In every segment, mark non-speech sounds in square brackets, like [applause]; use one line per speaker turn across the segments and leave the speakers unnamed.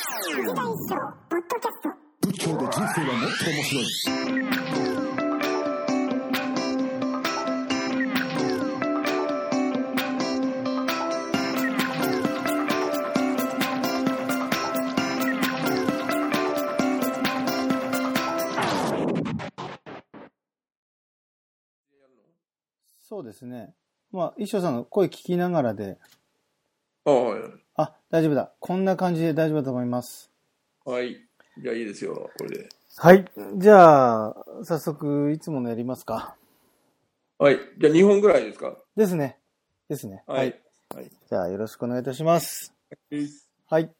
劇団一生ポッドキャスト
仏教で人生はもっと面白い
そうですね。まあ、一生さんの声聞きながらで、
ああ
あ、大丈夫だ。こんな感じで大丈夫だと思います。
はい。じゃあいいですよ、これで。
はい。じゃあ、早速、いつものやりますか。
はい。じゃあ2本ぐらいですか
ですね。ですね。
はい。はい。
じゃあ、よろしくお願いいたします。はい。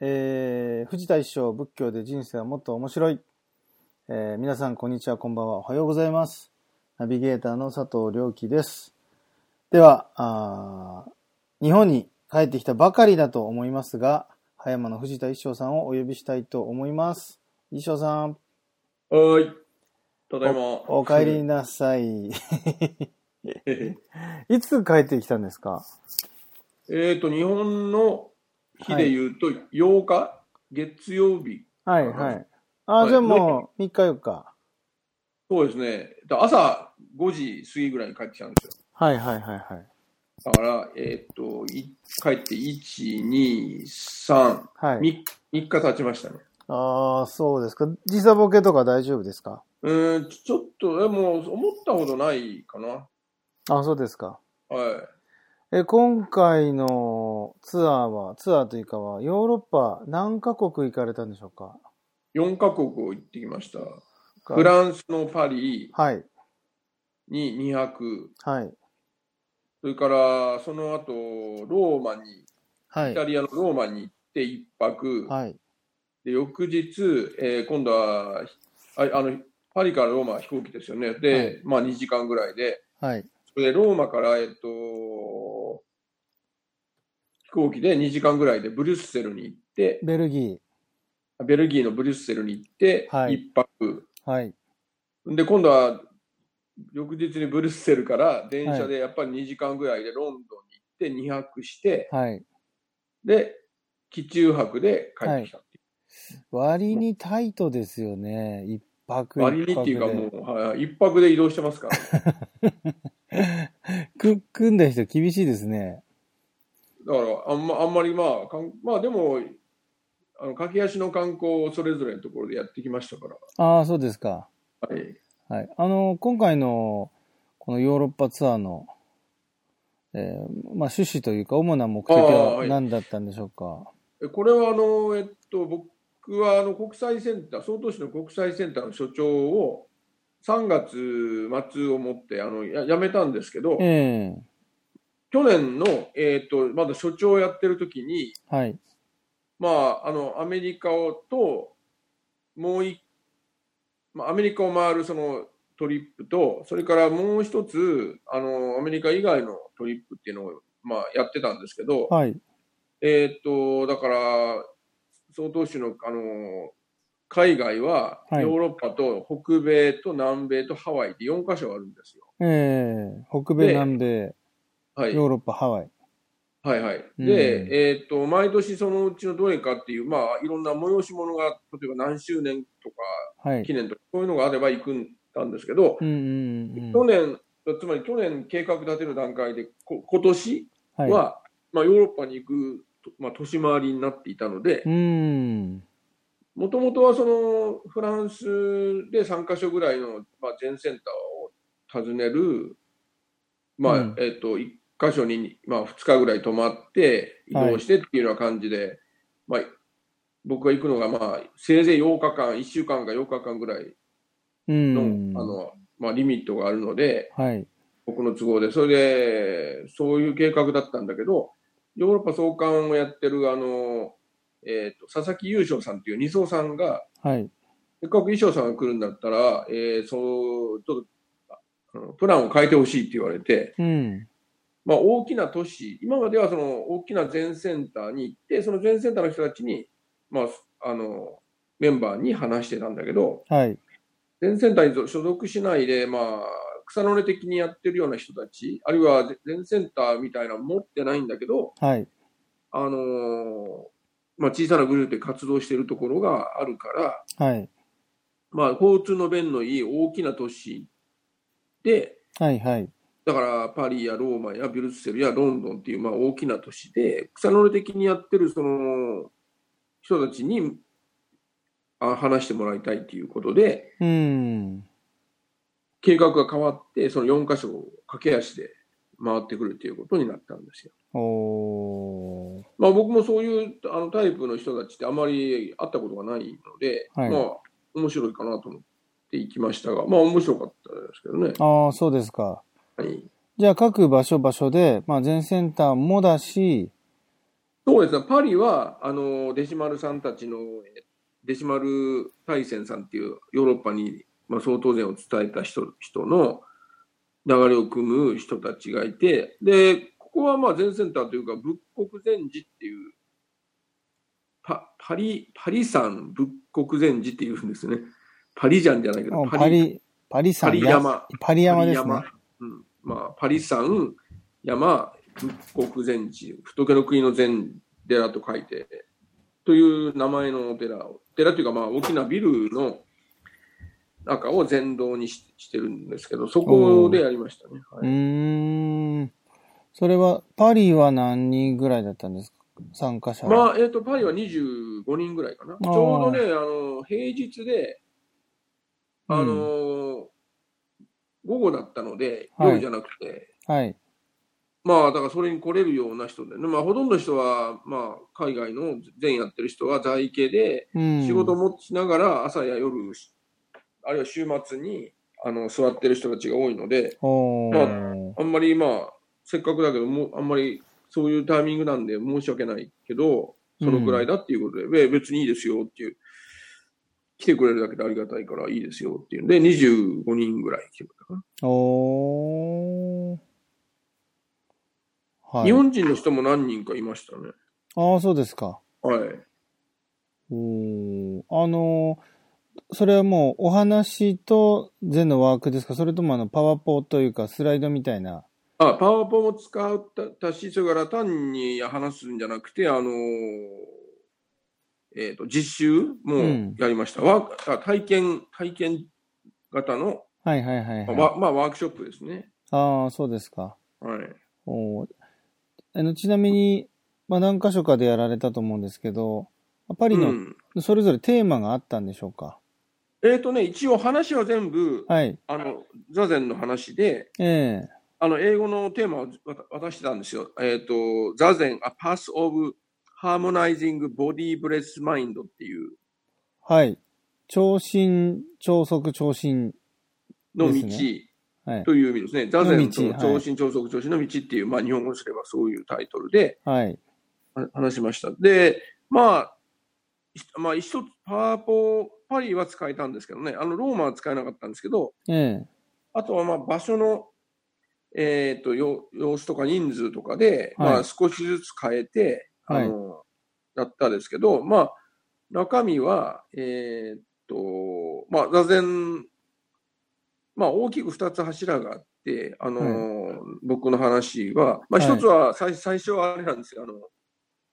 えー、藤田一生、仏教で人生はもっと面白い。えー、皆さん、こんにちは、こんばんは。おはようございます。ナビゲーターの佐藤良樹です。では、あー日本に帰ってきたばかりだと思いますが、葉山の藤田一生さんをお呼びしたいと思います。一生さん、
はーい。ただいま。
お帰りなさい。
[laughs] え
いつ帰ってきたんですか
っと、日本の日で言うと、8日、月曜日。
はい、はい。あー、
はい
じゃあもう、3日4日。
そうですね。だ朝5時過ぎぐらいに帰ってきたんです
はい、はい、はい、はい。
よ。だから、えっと、い帰って1、2、3、
はい。
3日経ちましたね。
ああ、そうですか。時差ボケとか大丈夫ですか
うーん、ちょっと、えもう思ったほどないかな。
あそうですか。
はい。
え、今回のツアーは、ツアーというかは、ヨーロッパ何カ国行かれたんでしょうか
4カ国を行ってきました。フランスのパリ、
はい、
に2泊、
はい、
それからその後ローマに、
は
イタ
い、
リアのローマに行って1泊、
はい、
で翌日、えー今度はああのパリからローマは飛行機ですよね、で、
はい
まあ、2時間ぐらいで、
はい、
それでローマから、えっと飛行機で2時間ぐらいでブリュッセルに行って、
ベルギ
ベルギーのブリュッセルに行って、
はい
1泊、
ー、はい、
で今度は翌日にブリュッセルから電車でやっぱり2時間ぐらいでロンドンに行って、2泊して、
はい。
で、基中泊で帰ってきたってい
割にタイトですよね。一泊
う。割にっていうかもう、はい、一泊で移動してますから。だか
く、組んだ人厳しいですね。
ら、あんま、あんまりまあ、かんまあでも、あの、駆け足の観光をそれぞれのところでやってきましたから。
ああ、そうですか。
はい。
はい。あの、今回の、このヨーロッパツアーの、えーまあ、趣旨というか、主な目的
あー
は
はい
何だったんでしょうか。
えこれはあの、えっと、僕はあの、国際センター、総都市の国際センターの所長を、3月末をもって、あの、や辞めたんですけど、
ええ
去年の、えっと、まだ所長をやってる時に、
はい。
まあ、あのアメリカをともう一、まあ、アメリカを回るそのトリップとそれからもう一つあのアメリカ以外のトリップっていうのを、まあ、やってたんですけど、
はい。
えーっとだから総統市のあの海外は
は
ヨ
い
ーロッパと北米と南米とハワイで4カ所あるんですよ。
ええ北米、
で
南米、
はい、
ヨーロッパ、ハワイ。
はいはい。
うん
で、えーっ、と、毎年そのうちのどれかっていう、まあ、いろんな催し物が、例えば何周年とか、
はい。
記念とか、そういうのがあれば行くんたんですけど、
うんうんう
去
ん。
年、つまり去年計画立てる段階で、こ今年は、
は
まあ、ヨーロッパに行く、とまあ、年回りになっていたので
い。う、ーん。
もともとはそのフランスで3カ所ぐらいの、まあ、全センターを訪ねる、まあ
うん
えっと1箇所に、まあ、2日ぐらい泊まって、移動してっていうような感じで、まあ、僕が行くのが、まあ、せいぜい8日間、1週間か4日間ぐらい
うん。
の,、あのまあ、リミットがあるので、
はい。
僕の都合で、それで、そういう計画だったんだけど、ヨーロッパ総監をやってる、あの、えっ、と、佐々木優勝さんっていう二層さんが、
はい。
せっかく衣装さんが来るんだったら、えーそう、ちょっとあの、プランを変えてほしいって言われて、
うん。
まあ、大きな都市、今まではその大きな全センターに行って、その全センターの人たちに、まあ、あの、メンバーに話してたんだけど、
はい。
全センターに所属しないで、まあ、草の根的にやってるような人たち、あるいは全センターみたいなの持ってないんだけど、
はい。
あのーまあ、小さなグループで活動しているところがあるから、
はい。
まあ、交通の便のいい大きな都市で、
はい、はい。
だからパリやローマやビュルッセルやロンドンっていうまあ大きな都市で、草の根的にやってるその人たちにあ話してもらいたいということで、
うん。
計画が変わって、その4カ所を駆け足で回ってくるということになったんですよ。
おー。
まあ、僕もそういうあのタイプの人たちってあまり会ったことがないので、
はい
まあ面白いかなと思って行きましたが、まあ面白かったですけどね。
ああ、そうですか。
はい、
じゃあ、各場所場所で、まあ、全センターもだし、
そうですね、パリはあのデシマルさんたちの、えデシマル大戦さんっていうヨーロッパに、まあ、総統税を伝えた人人の流れを組む人たちがいて、でここはまあ全センターというか、仏国禅寺っていう、パパリパリ山仏国禅寺っていうんですね、パリジャンじゃないけど、
あパリ、パリ山。
パリ山。
パリ山ですね。
山うんまあ、パリ山、山、仏国禅寺、仏の国の禅寺と書いて、という名前のお寺を、寺というか、まあ、大きなビルの中を禅堂にししてるんですけど、そこでやりましたね。は
う
い
ーん。それは、パリは何人ぐらいだったんですか参加者は。
まあ、えっ、と、パリは25人ぐらいかな。ちょうどね、あの、平日で、あの午後だったので、
はい
夜じゃなくて、
はい。
まあ、だからそれに来れるような人でね、まあ、ほとんどの人は、まあ、海外の全やってる人は在家で、
うん。
仕事もしながら朝や夜、あるいは週末にあの座ってる人たちが多いので、
おー。
あんまりまあ、せっかくだけど、もうあんまりそういうタイミングなんで申し訳ないけど、そのくらいだっていうことで、え別にいいですよっていう、来てくれるだけでありがたいからいいですよっていうんで、25人ぐらい来てくれたかな。
おー。はい。
日本人の人も何人かいましたね。
ああ、そうですか。
はい。
おーあのー、それはもうお話と全のワークですかそれともあの、パワポというかスライドみたいな。
あ、パワポも使ったし、それから単に話すんじゃなくて、あのーえっ、と、実習
うん
もやりました。ワークあ体験、体験型の、
はいはいはい、
まあ
はい。
わまあ、ワークショップですね。
ああ、そうですか。
はい。
おーあのちなみに、まあ、何箇所かでやられたと思うんですけど、パリ
う
の
ん
それぞれテーマがあったんでしょうか、
えっ、とね、一応話は全部、
はい。
あの、座禅の話で、
ええ
あの、英語のテーマをわた渡してたんですよ。えっ、と、座禅、A Path of Harmonizing Body, Breath, Mind っていう
はい。長身、長足、長身。
の道。
ですはい。
という意味ですね。座禅と
の道は
長
い
身、長足、長身の道っていう、まあ、日本語にすればそういうタイトルで
はい。
あ話しました。で、まあ、ひまあ、一つ、パワーポー、パリは使えたんですけどね、あの、ローマは使えなかったんですけど、
ええ
あとは、まあ、場所の、えっ、と、よ様子とか人数とかで、
はい
まあ、少しずつ変えて、
はい
あの、だったですけど、まあ、中身は、えっ、と、まあ、座禅、まあ、大きく二つ柱があって、あのー僕の話は、まあ、
はい
一つは最、最初はあれなんですよ、あの、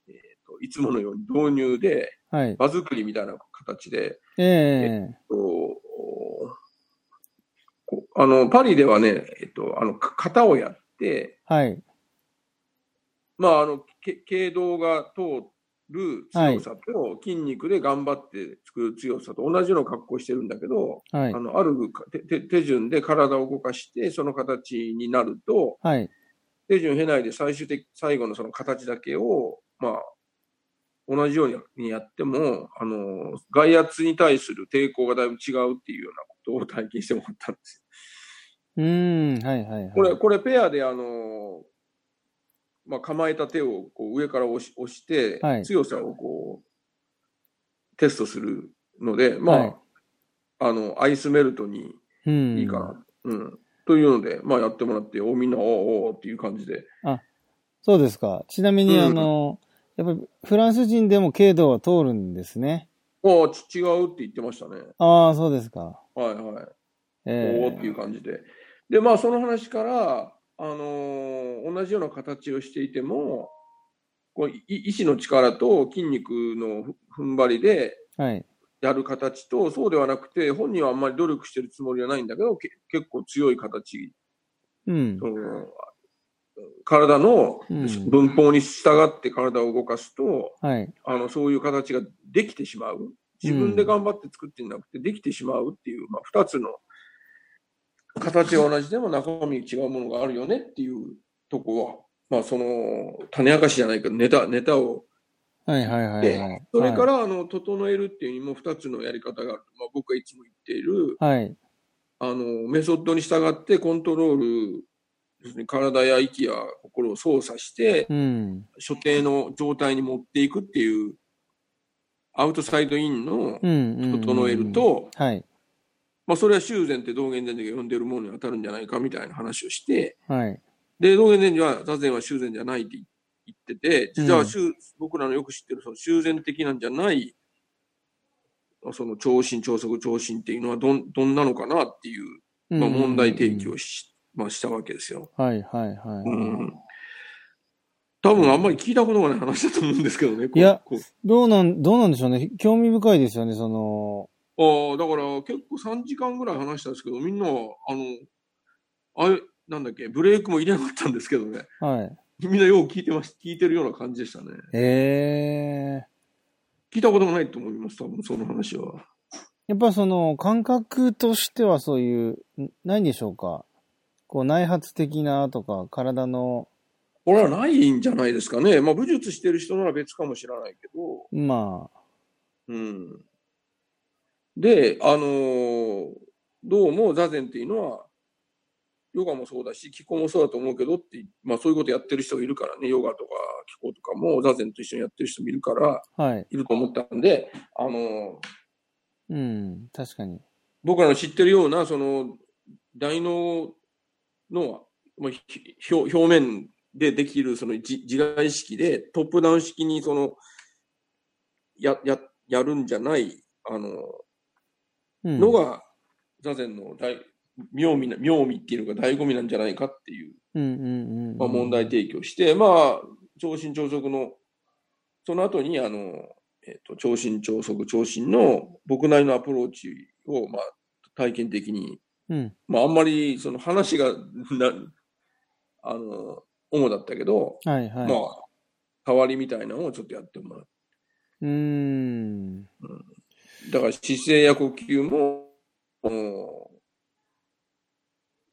えっ、と、いつものように導入で、
はい。
場作りみたいな形で、
ええ
えっとこあの、パリではね、えっと、あの、か型をやって、
はい。
まあ、あの、け経動が通る強さと、筋肉で頑張って作る強さと同じような格好してるんだけど、
はい
あ。の、あるか手手手順で体を動かして、その形になると、
はい。
手順経ないで最終的、最後のその形だけを、まあ、同じようにやっても、あの、外圧に対する抵抗がだいぶ違うっていうようなことを体験してもらったんです
うーん。はいはいはい。
よ。これ、これペアであの、まあ、構えた手をこう上から押し押して
はい、
強さをこう、テストするので、まあ、
はい
あの、アイスメルトに
うん。
いいかな。うん。というので、まあ、やってもらって、おみんな、おうおうっていう感じで。
そうですか。ちなみに、
うん
あの、やっぱりフランス人でも軽度は通るんですね。
ああ、ち違うって言ってましたね。
ああ、そうですか。
はいはい。おお
え
ってい
え
う感じで。で、まあ、その話から、あのー同じような形をしていても、こうい意志の力と筋肉の踏ん張りで
はい。
やる形と、そうではなくて、本人はあんまり努力してるつもりはないんだけど、け結構強い形、
うん
そ。の体の
うん
文法に従って体を動かすと、
はい。
あのそういう形ができてしまう。自分で頑張って作ってんじゃなくて、できてしまうっていう、まあ、2つの形は同じでも中身違うものがあるよねっていうとこは、まあ、その種明かしじゃないけど、ネタネタを
はいはいはいはい、
で。それからら、あの、整えるっていうにも2つのやり方がある。まあ、僕がいつも言っている、
はい。
あの、メソッドに従ってコントロール、要するに体や息や心を操作して、
うん。
所定の状態に持っていくっていう、アウトサイドインの
うんうん。うん
整える、と、
はい。
まあ、それは修繕って道元禅師が呼んでるものに当たるんじゃないかみたいな話をして、
はい。
で、道元禅師は、座禅は修繕じゃないって言ってて、
うん
じゃあ、修僕らのよく知ってるその修繕的なんじゃない、その長身、長足、長身っていうのはどん、どんなのかなっていう、まあ、問題提起をし,、まあ、したわけですよ。
うん。はいはいはい。
うん。多分あんまり聞いたことがない話だと思うんですけどね。こう
いや
こう
どうなん、どうなんでしょうね。興味深いですよね、その、
ああ、だから結構3時間ぐらい話したんですけど、みんなは、あの、あれ、なんだっけ、ブレイクも入れなかったんですけどね。
はい。
みんなよう聞いてます、聞いてるような感じでしたね。
ええ
聞いたこともないと思います、多分その話は。
やっぱその、感覚としてはそういう、んないんでしょうか。こう、内発的なとか、体の、
これはないんじゃないですかね。まあ、武術してる人なら別かもしれないけど。
ま
うん。で、あのーどうも座禅っていうのは、ヨガもそうだし、気候もそうだと思うけどって、まあそういうことやってる人がいるからね、ヨガとか気候とかも座禅と一緒にやってる人もいるから、
あ、はい。
いると思ったんで、あのー
うん、確かに。
僕らの知ってるような、その、大脳の、まあ、ひ表表面でできる、その自自我意識で、トップダウン式に、その、や、や、やるんじゃない、あのー
うん、
のが、座禅の大妙味な、妙味っていうのが醍醐味なんじゃないかっていう、
うんうんうん。
まあ、問題。提起をして、まあ、長身長足の、その後に、あの、えっ、と、長身長足、長身の僕なりのアプローチを、まあ、体験的に、
うん。
まあ、あんまり、その話が、な、あの、主だったけど、
はいは
まあ、
い。
代わりみたいなのをちょっとやってもらう。
うーん。
だから姿勢や呼吸も、もう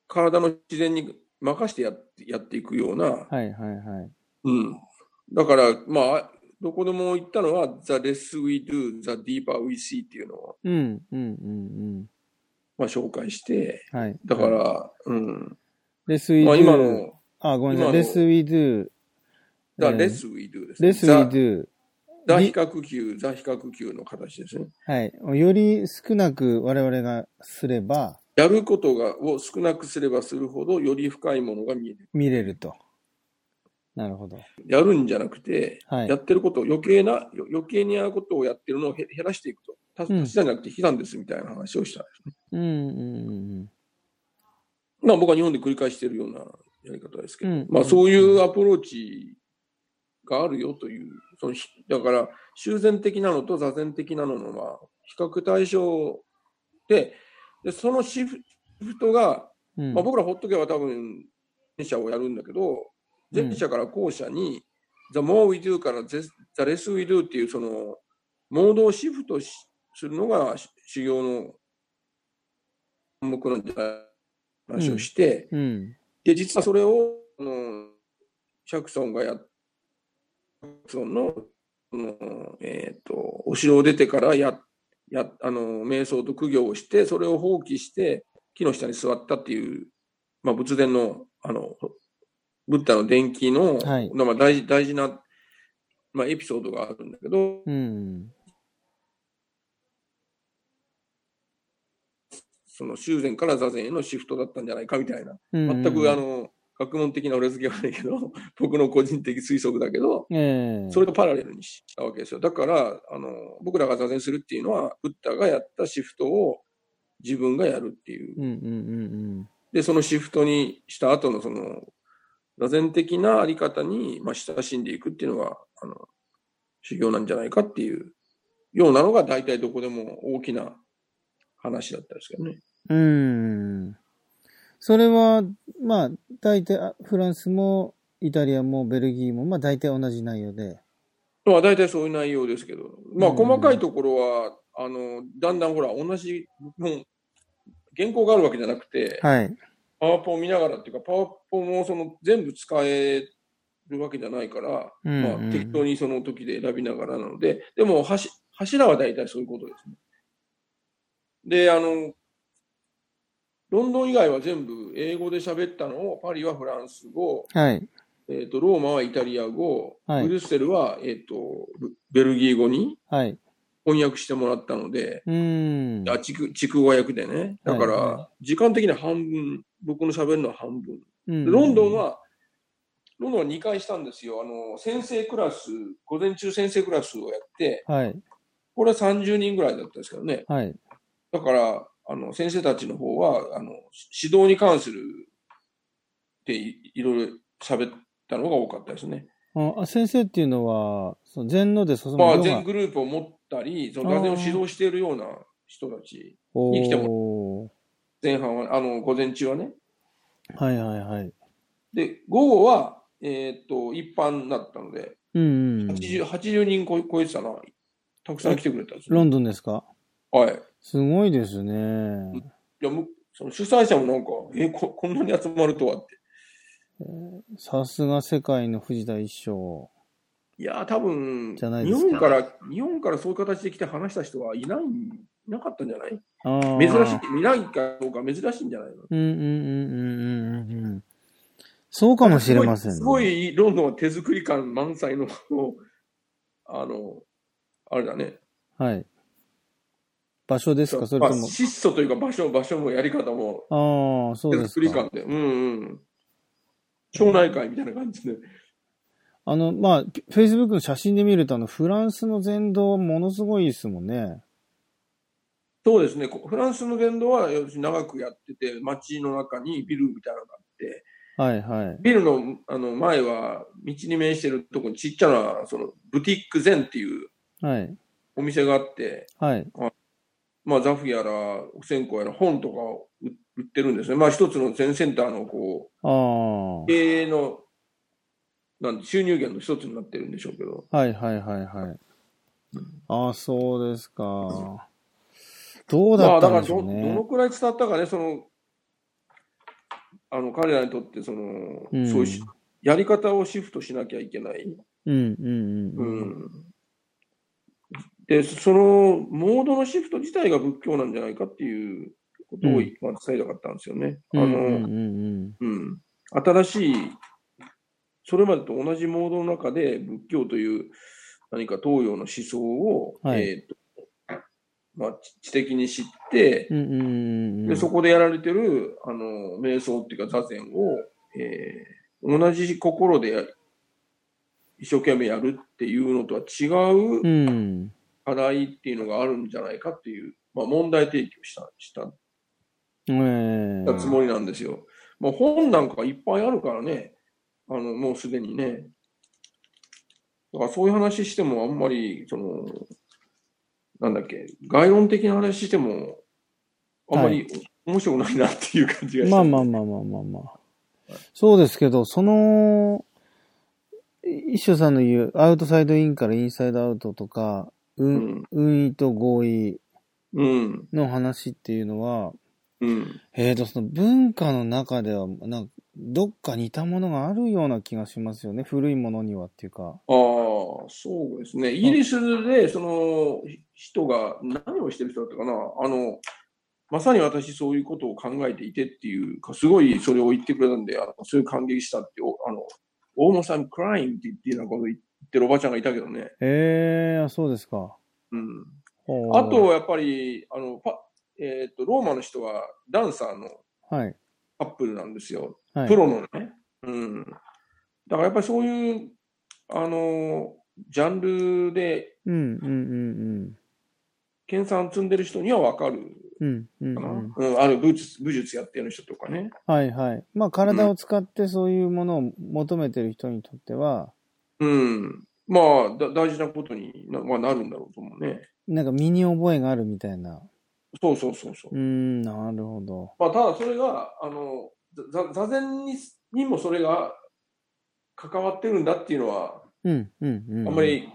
体の自然に任してやってやっていくような、
はいはいはい。
うん。だから、まあ、どこでも言ったのは、the less we do, the deeper we see っていうのを、
うんうんうん
まあ、紹介して、
うん。はい。
だから、
はい、
うん。
レスウィド
まあ、今の、
あ、ごめんなさい。
今の
レスウィドゥ。
the
えー
less we do です、
レスウィド
the,
ゥ。
the 比較級、the 比較級の形ですね。
はい。より少なく我々がすれば
やることが、を少なくすればするほど、より深いものが見える。
見れると。なるほど。
やるんじゃなくて、
はい
や。ってることを余計な、よ余計にやることをやってるのをへ減らしていくと。た
うん
足し算じゃなくて、非算ですみたいな話をしたんですね。
うんうん
まあ僕は日本で繰り返しているようなやり方ですけど、
うん
まあそういうアプローチがあるよという、そのひだから修繕的なのと座禅的なのの、まあ比較対象で、で、そのシフトが、
うんうん。
まあ僕らほっとけば多分前者をやるんだけど、前者から後者に、The more we do から The the less we do っていうその、モードをシフトしするのがし修行の項目なんじゃない話をして、
うん。
で、実はそれを、あの、シャクソンがやっ、シャクソンの、あのえっ、と、お城を出てからや、や、あの、瞑想と苦行をして、それを放棄して、木の下に座ったっていう、まあ、仏殿の、あの、ブッダの伝記の、
はい
まあ、大事、大事な、まあ、エピソードがあるんだけど、
うん。
その修禅から座禅へのシフトだったんじゃないかみたいな。
うんうん
全く、あ、の、学問的な裏付けはないけど、僕の個人的推測だけど、
ええ
それとパラレルにしたわけですよ。だから、あの、僕らが座禅するっていうのは、ブッダがやったシフトを自分がやるっていう
う。んうんうん
で、そのシフトにした後のその、座禅的なあり方に、まあ、親しんでいくっていうのが、あの、修行なんじゃないかっていうようなのが大体どこでも大きな話だったんですけどね。
うん。それは、まあ、大体、あフランスも、イタリアも、ベルギーも、まあ、大体同じ内容で。
まあ大体そういう内容ですけど、まあ
うん
細かいところは、あの、だんだんほら、同じ、もう、原稿があるわけじゃなくて、
はい。
パワーポを見ながらっていうか、パワーポもその全部使えるわけじゃないから、
うん
まあ
うん
適当にその時で選びながらなので、でもはし柱は大体そういうことですね。で、あの、ロンドン以外は全部英語で喋ったのを、パリはフランス語、
はい。
えっ、と、ローマはイタリア語、
はい
ブリュッセルは、えっ、と、ブベルギー語に
はい。
翻訳してもらったので、
うん。
あ、地区、地区語訳でね。だか
はい
ら、時間的には半分、僕の喋るのは半分。
うん
ロンドン、は、ロンドンは2回したんですよ。あの、先生クラス、午前中先生クラスをやって、
はい。
これは30人ぐらいだったんですけどね。
はい。
だから、あの、先生たちの方は、あの、指導に関するっていいろいろ喋ったのが多かったですね。
ああ先生っていうのは、その全能でその
まあ、
ヨガ
全グループを持ったり、その座禅を指導しているような人たち、に来て
お
前半は、あの、午前中はね。
ーはいはいはい。
で、午後は、えーっと、一般だったので、
うん、うん。
80, 80人超え超えてたな。たくさん来てくれたんです
ロ
よ。
ンドンですか
はい。い
すごいですね。
や、むその主催者もなんか、え、ここんなに集まるとはって。
さすが世界の藤田一生。
いやー、多分、
じゃないで
日
すか
本から、日本からそういう形で来て話した人はいない、いなかったんじゃない
あー
珍しい、いないかどうか珍しいんじゃないの
うんうんうんうんうんうんうん。そうかもしれません、ね。
すごい、すごいロンドンは手作り感満載の、 [laughs] あの、あれだね。
はい。場所ですかそれと
ま
も
あ。質素というか場所、場所もやり方も
ああ、そう
手
です
作り
か。
感で。うんうん。町内会みたいな感じで。
あの、まあ、Facebook の写真で見ると、あの、フランスの全道ものすごいですもんね。
そうですね、こフランスの言動は要するに長くやってて、街の中にビルみたいなのがあって、
はいはい。
ビルのあの前は道に面してるとこにちっちゃなそのブティックゼンっていう
はい。
お店があって、
はい。
まあ、ザフやらお線香やら本とかを売売ってるんですね。まあ一つの全センターのこ
ああ。
う経営のなん収入源の一つになってるんでしょうけど。
はいはいはいはい。ああ、そうですか。どうだ
ま
っ
あ
た
だから
んでし
ど
ょう
ど
ね。
のくらい伝わったかね、そのあの彼らにとってその、
うん
そういうしやり方をシフトしなきゃいけない。
うんうんう。
うん
うん、
んで、そのモードのシフト自体が仏教なんじゃないかっていうことを
うん
まあ伝えたかったんですよね。
うん
あ
うん
の、
うん
うん、新しい、それまでと同じモードの中で仏教という何か東洋の思想を、
はい
えーとまあ、知知的に知って、
うんうんうんうん。
でそこでやられてるあの瞑想っていうか座禅を、えー同じ心でや一生懸命やるっていうのとは違
う。
うん課題っていうのがあるんじゃないかっていう、まあ、問題提起をしたした
ええ
つもりなんですよ。もう本なんかいっぱいあるからね、あのもうすでにね。だからそういう話してもあんまり、その、なんだっけ、概論的な話しても、あんまり面白くないなっていう感じがして、
まあまあまあまあまあまあ。そうですけど、その、い一生さんの言うアウトサイドインからインサイドアウトとか、う、
うんん。
運意と合意
うん。
の話っていうのは、
うん。
えーと、その文化の中では、なんか、どっか似たものがあるような気がしますよね。古いものにはっていうか。
ああ、そうですね。イギリスで、そのひ人が何をしてる人だったかな。あの、まさに私そういうことを考えていてっていうか、すごいそれを言ってくれたんで、あのそういう感激したって、おあの、オーモさんクラインって言ってるようなこと言ってるおばちゃんがいたけどね。
ええー、そうですか。
うん。
ほう
あと、、やっぱり、あの、パえっ、と、ローマの人はダンサーの
はい。
カップルなんですよ。
はい。
プロのね。うん。だからやっぱりそういう、あの、ジャンルで
うん、うん、うん、
研鑽積んでる人には分かる
うん。うん、うん、
かな、
う
うんん。あの武術武術やってる人とかね、
はい、はい。まあ、体を使ってそういうものを求めてる人にとっては、
うん、まあ、だ大事なことにな,、まあ、なるんだろうと思うね。
なんか身に覚えがあるみたいな。
そうそうそうそう
う。ーん、なるほど。
まあ、ただそれが、あの、ざざ座禅ににもそれが関わってるんだっていうのは、
うん、うん、うん。
あんま。り、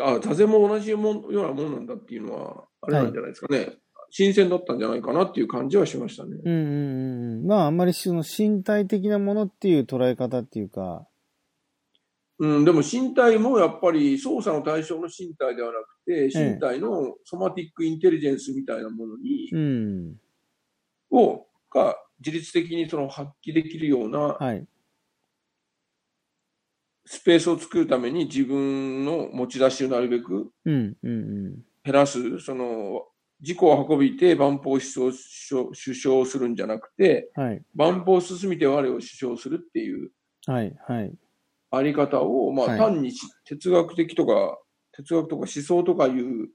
あ座禅も同じもんようなもんなんだっていうのは、あれなんじゃないですかね、新鮮だったんじゃないかなっていう感じはしましたね。
うん、うん、うんうん。まあ、あんまりその身体的なものっていう捉え方っていうか、
うん、でも身体もやっぱり操作の対象の身体ではなくて、
ええ
身体のソマティックインテリジェンスみたいなものに、
うん。
をが自律的にその発揮できるような
はい。
スペースを作るために自分の持ち出しをなるべく
うん、うん、うん。
減らす、その、自己を運びて万法思想主張するんじゃなくて、
はい、
万法進みて我を主張するっていう
はい、はい。
あり方を、ま
は
あ
い
単にし哲学的とか、哲学とか思想とかいう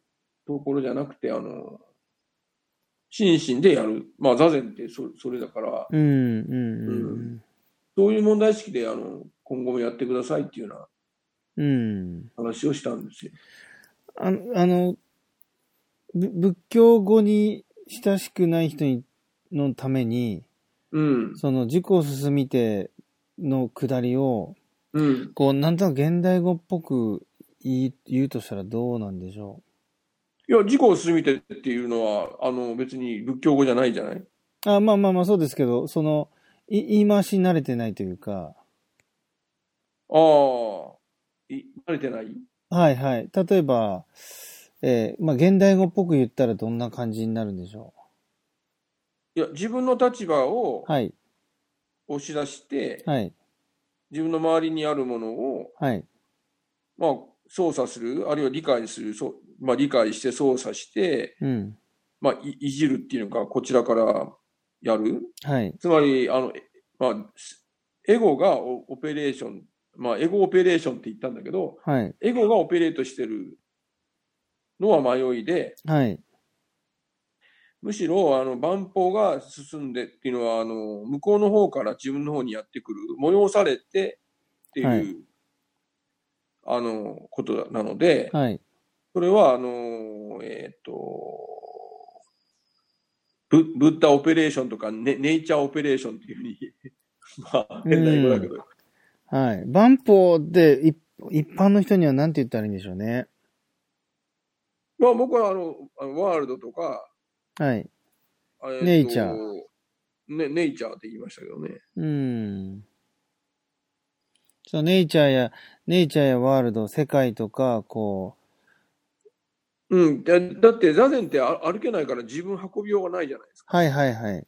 ところじゃなくて、あの、心身でやる。まあ座禅ってそそれだから、
うん、うん、うん
そういう問題意識で、あの、今後もやってくださいっていうような
うん。うん。
話をしたんですよ。
あの、あの、ぶ仏教語に親しくない人にのために、
うん。
その自己を進みての下りを、
うん。
こう、なんとなく現代語っぽく言い言うとしたらどうなんでしょ。
いや、自己を進みてっていうのは、あの、別に仏教語じゃないじゃないう
あまあまあまあ、そうですけど、その、い言い回しに慣れてないというか、
ああ、い慣れてない
はいはい。例えば、えーまあ、現代語っぽく言ったらどんな感じになるんでしょ
いや、自分の立場を
う。はい、
押し出して、
はい、
自分の周りにあるものを、
はい、
まあ、操作する、あるいは理解する、そうまあ、理解して操作して、
うん、
まあ、いいじるっていうのか、こちらからやる。
はい、
つまり、あの、えまあ、すエゴがオオペレーション、まあ、エゴオペレーションって言ったんだけど、
はい、
エゴがオペレートしてるのは迷いで、
はい、
むしろあの万法が進んでっていうのはあの向こうの方から自分の方にやってくる催されてっていう、
はい
あのことなので、
はい、
それはあのえっ、とブブッダオペレーションとかネネイチャーオペレーションっていうふうに [laughs] まあ変な英語だけど、
はい。万法って一一般の人には何て言ったらいいんでしょうね。
まあ僕はあのあのワールドとか、
はい。
えーと
ネイチャー
ね、ネイチャーって言いましたけどね。
うん。そう、ネイチャーや、ネイチャーやワールド、世界とか、こ
うん、だだって座禅ってあ歩けないから自分運びようがないじゃないですか。
う、はいはいはい。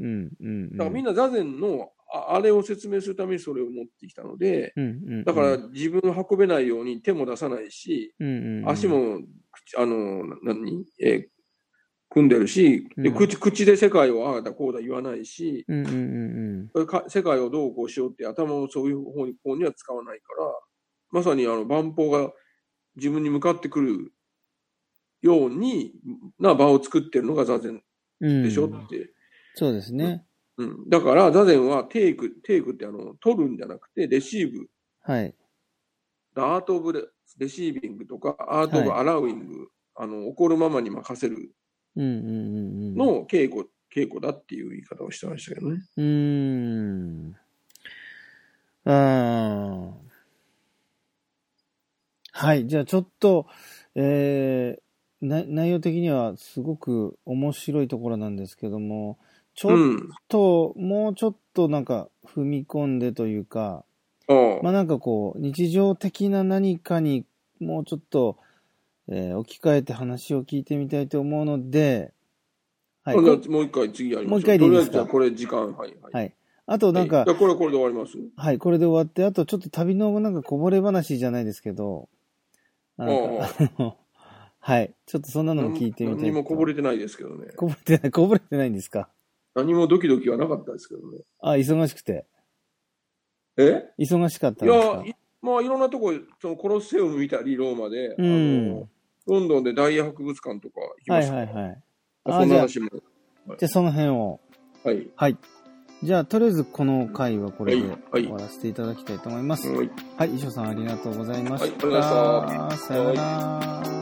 うん、うん、うん。
だからみん
な、
な座禅のああれを説明するためにそれを持ってきたので、
うん、うん。
だから、自分運べないように手も出さないし、
うん、うん。
足、も口あのな何、えー組んでるし、で
うん
口口で世界をああだこうだ言わないし、
うん、うん、うん、
それか世界をどうこうしようって頭をそういう方に方には使わないから、まさにあの万法が自分に向かってくるようにな場を作ってるのが座禅
うん。うん
でしょって。
そうですね。
うん、だから、座禅はテイク、テイクってあの、取るんじゃなくて、レシーブ、
はい。
アート・オブレ・レシービングとか、アート・オブ・
は
アラウイング、あの、怒るままに任せる
うん、うん、うん、うん。、
のを稽古、稽古だっていう言い方をしてましたけどね。
うーん。うーん。はい。じゃあちょっと、えー、な内容的にはすごく面白いところなんですけども、ち
う
ょっ
ん。
と、もうちょっとなんか踏み込んでというか、
ああ
まあなんかこう、日常的な何かにもうちょっと、えー置き換えて話を聞いてみたいと思うので、はい。
あじゃあ
こ
もう一回次やりましょう。
もう一回でいいですか
とりあえずじゃあこれ時間、はい、はい。
はい。あとなん
え
か
じゃ、あこれはこれで終わります
はい、これで終わって、あとちょっと旅のなんかこぼれ話じゃないですけど、なんか、あのはい、ちょっとそんなのも聞いてみたい。
何もこぼ
れ、
れてないですけどね。
こぼれてない、こぼれてないんですか
何もドキドキはなかったですけどね。
あ、忙しくて。
え
忙しかった
い
んですか
や、いまあいろんなとこ、そのコロッセウム見たり、ローマで、
う
あの
ん。
ロンドンで大英博物館とか行き
は
まし
い
た。
はいはい。
そ
あ
ん
じ
な
ゃあ、
話も。
じゃあその辺を。
はい。
はい。じゃあ、とりあえずこの回はこれで
はい
終わらせていただきたいと思います。
はい
はい、衣装さんありがとうござい
は
ました。
いありがとうございました
さようなら。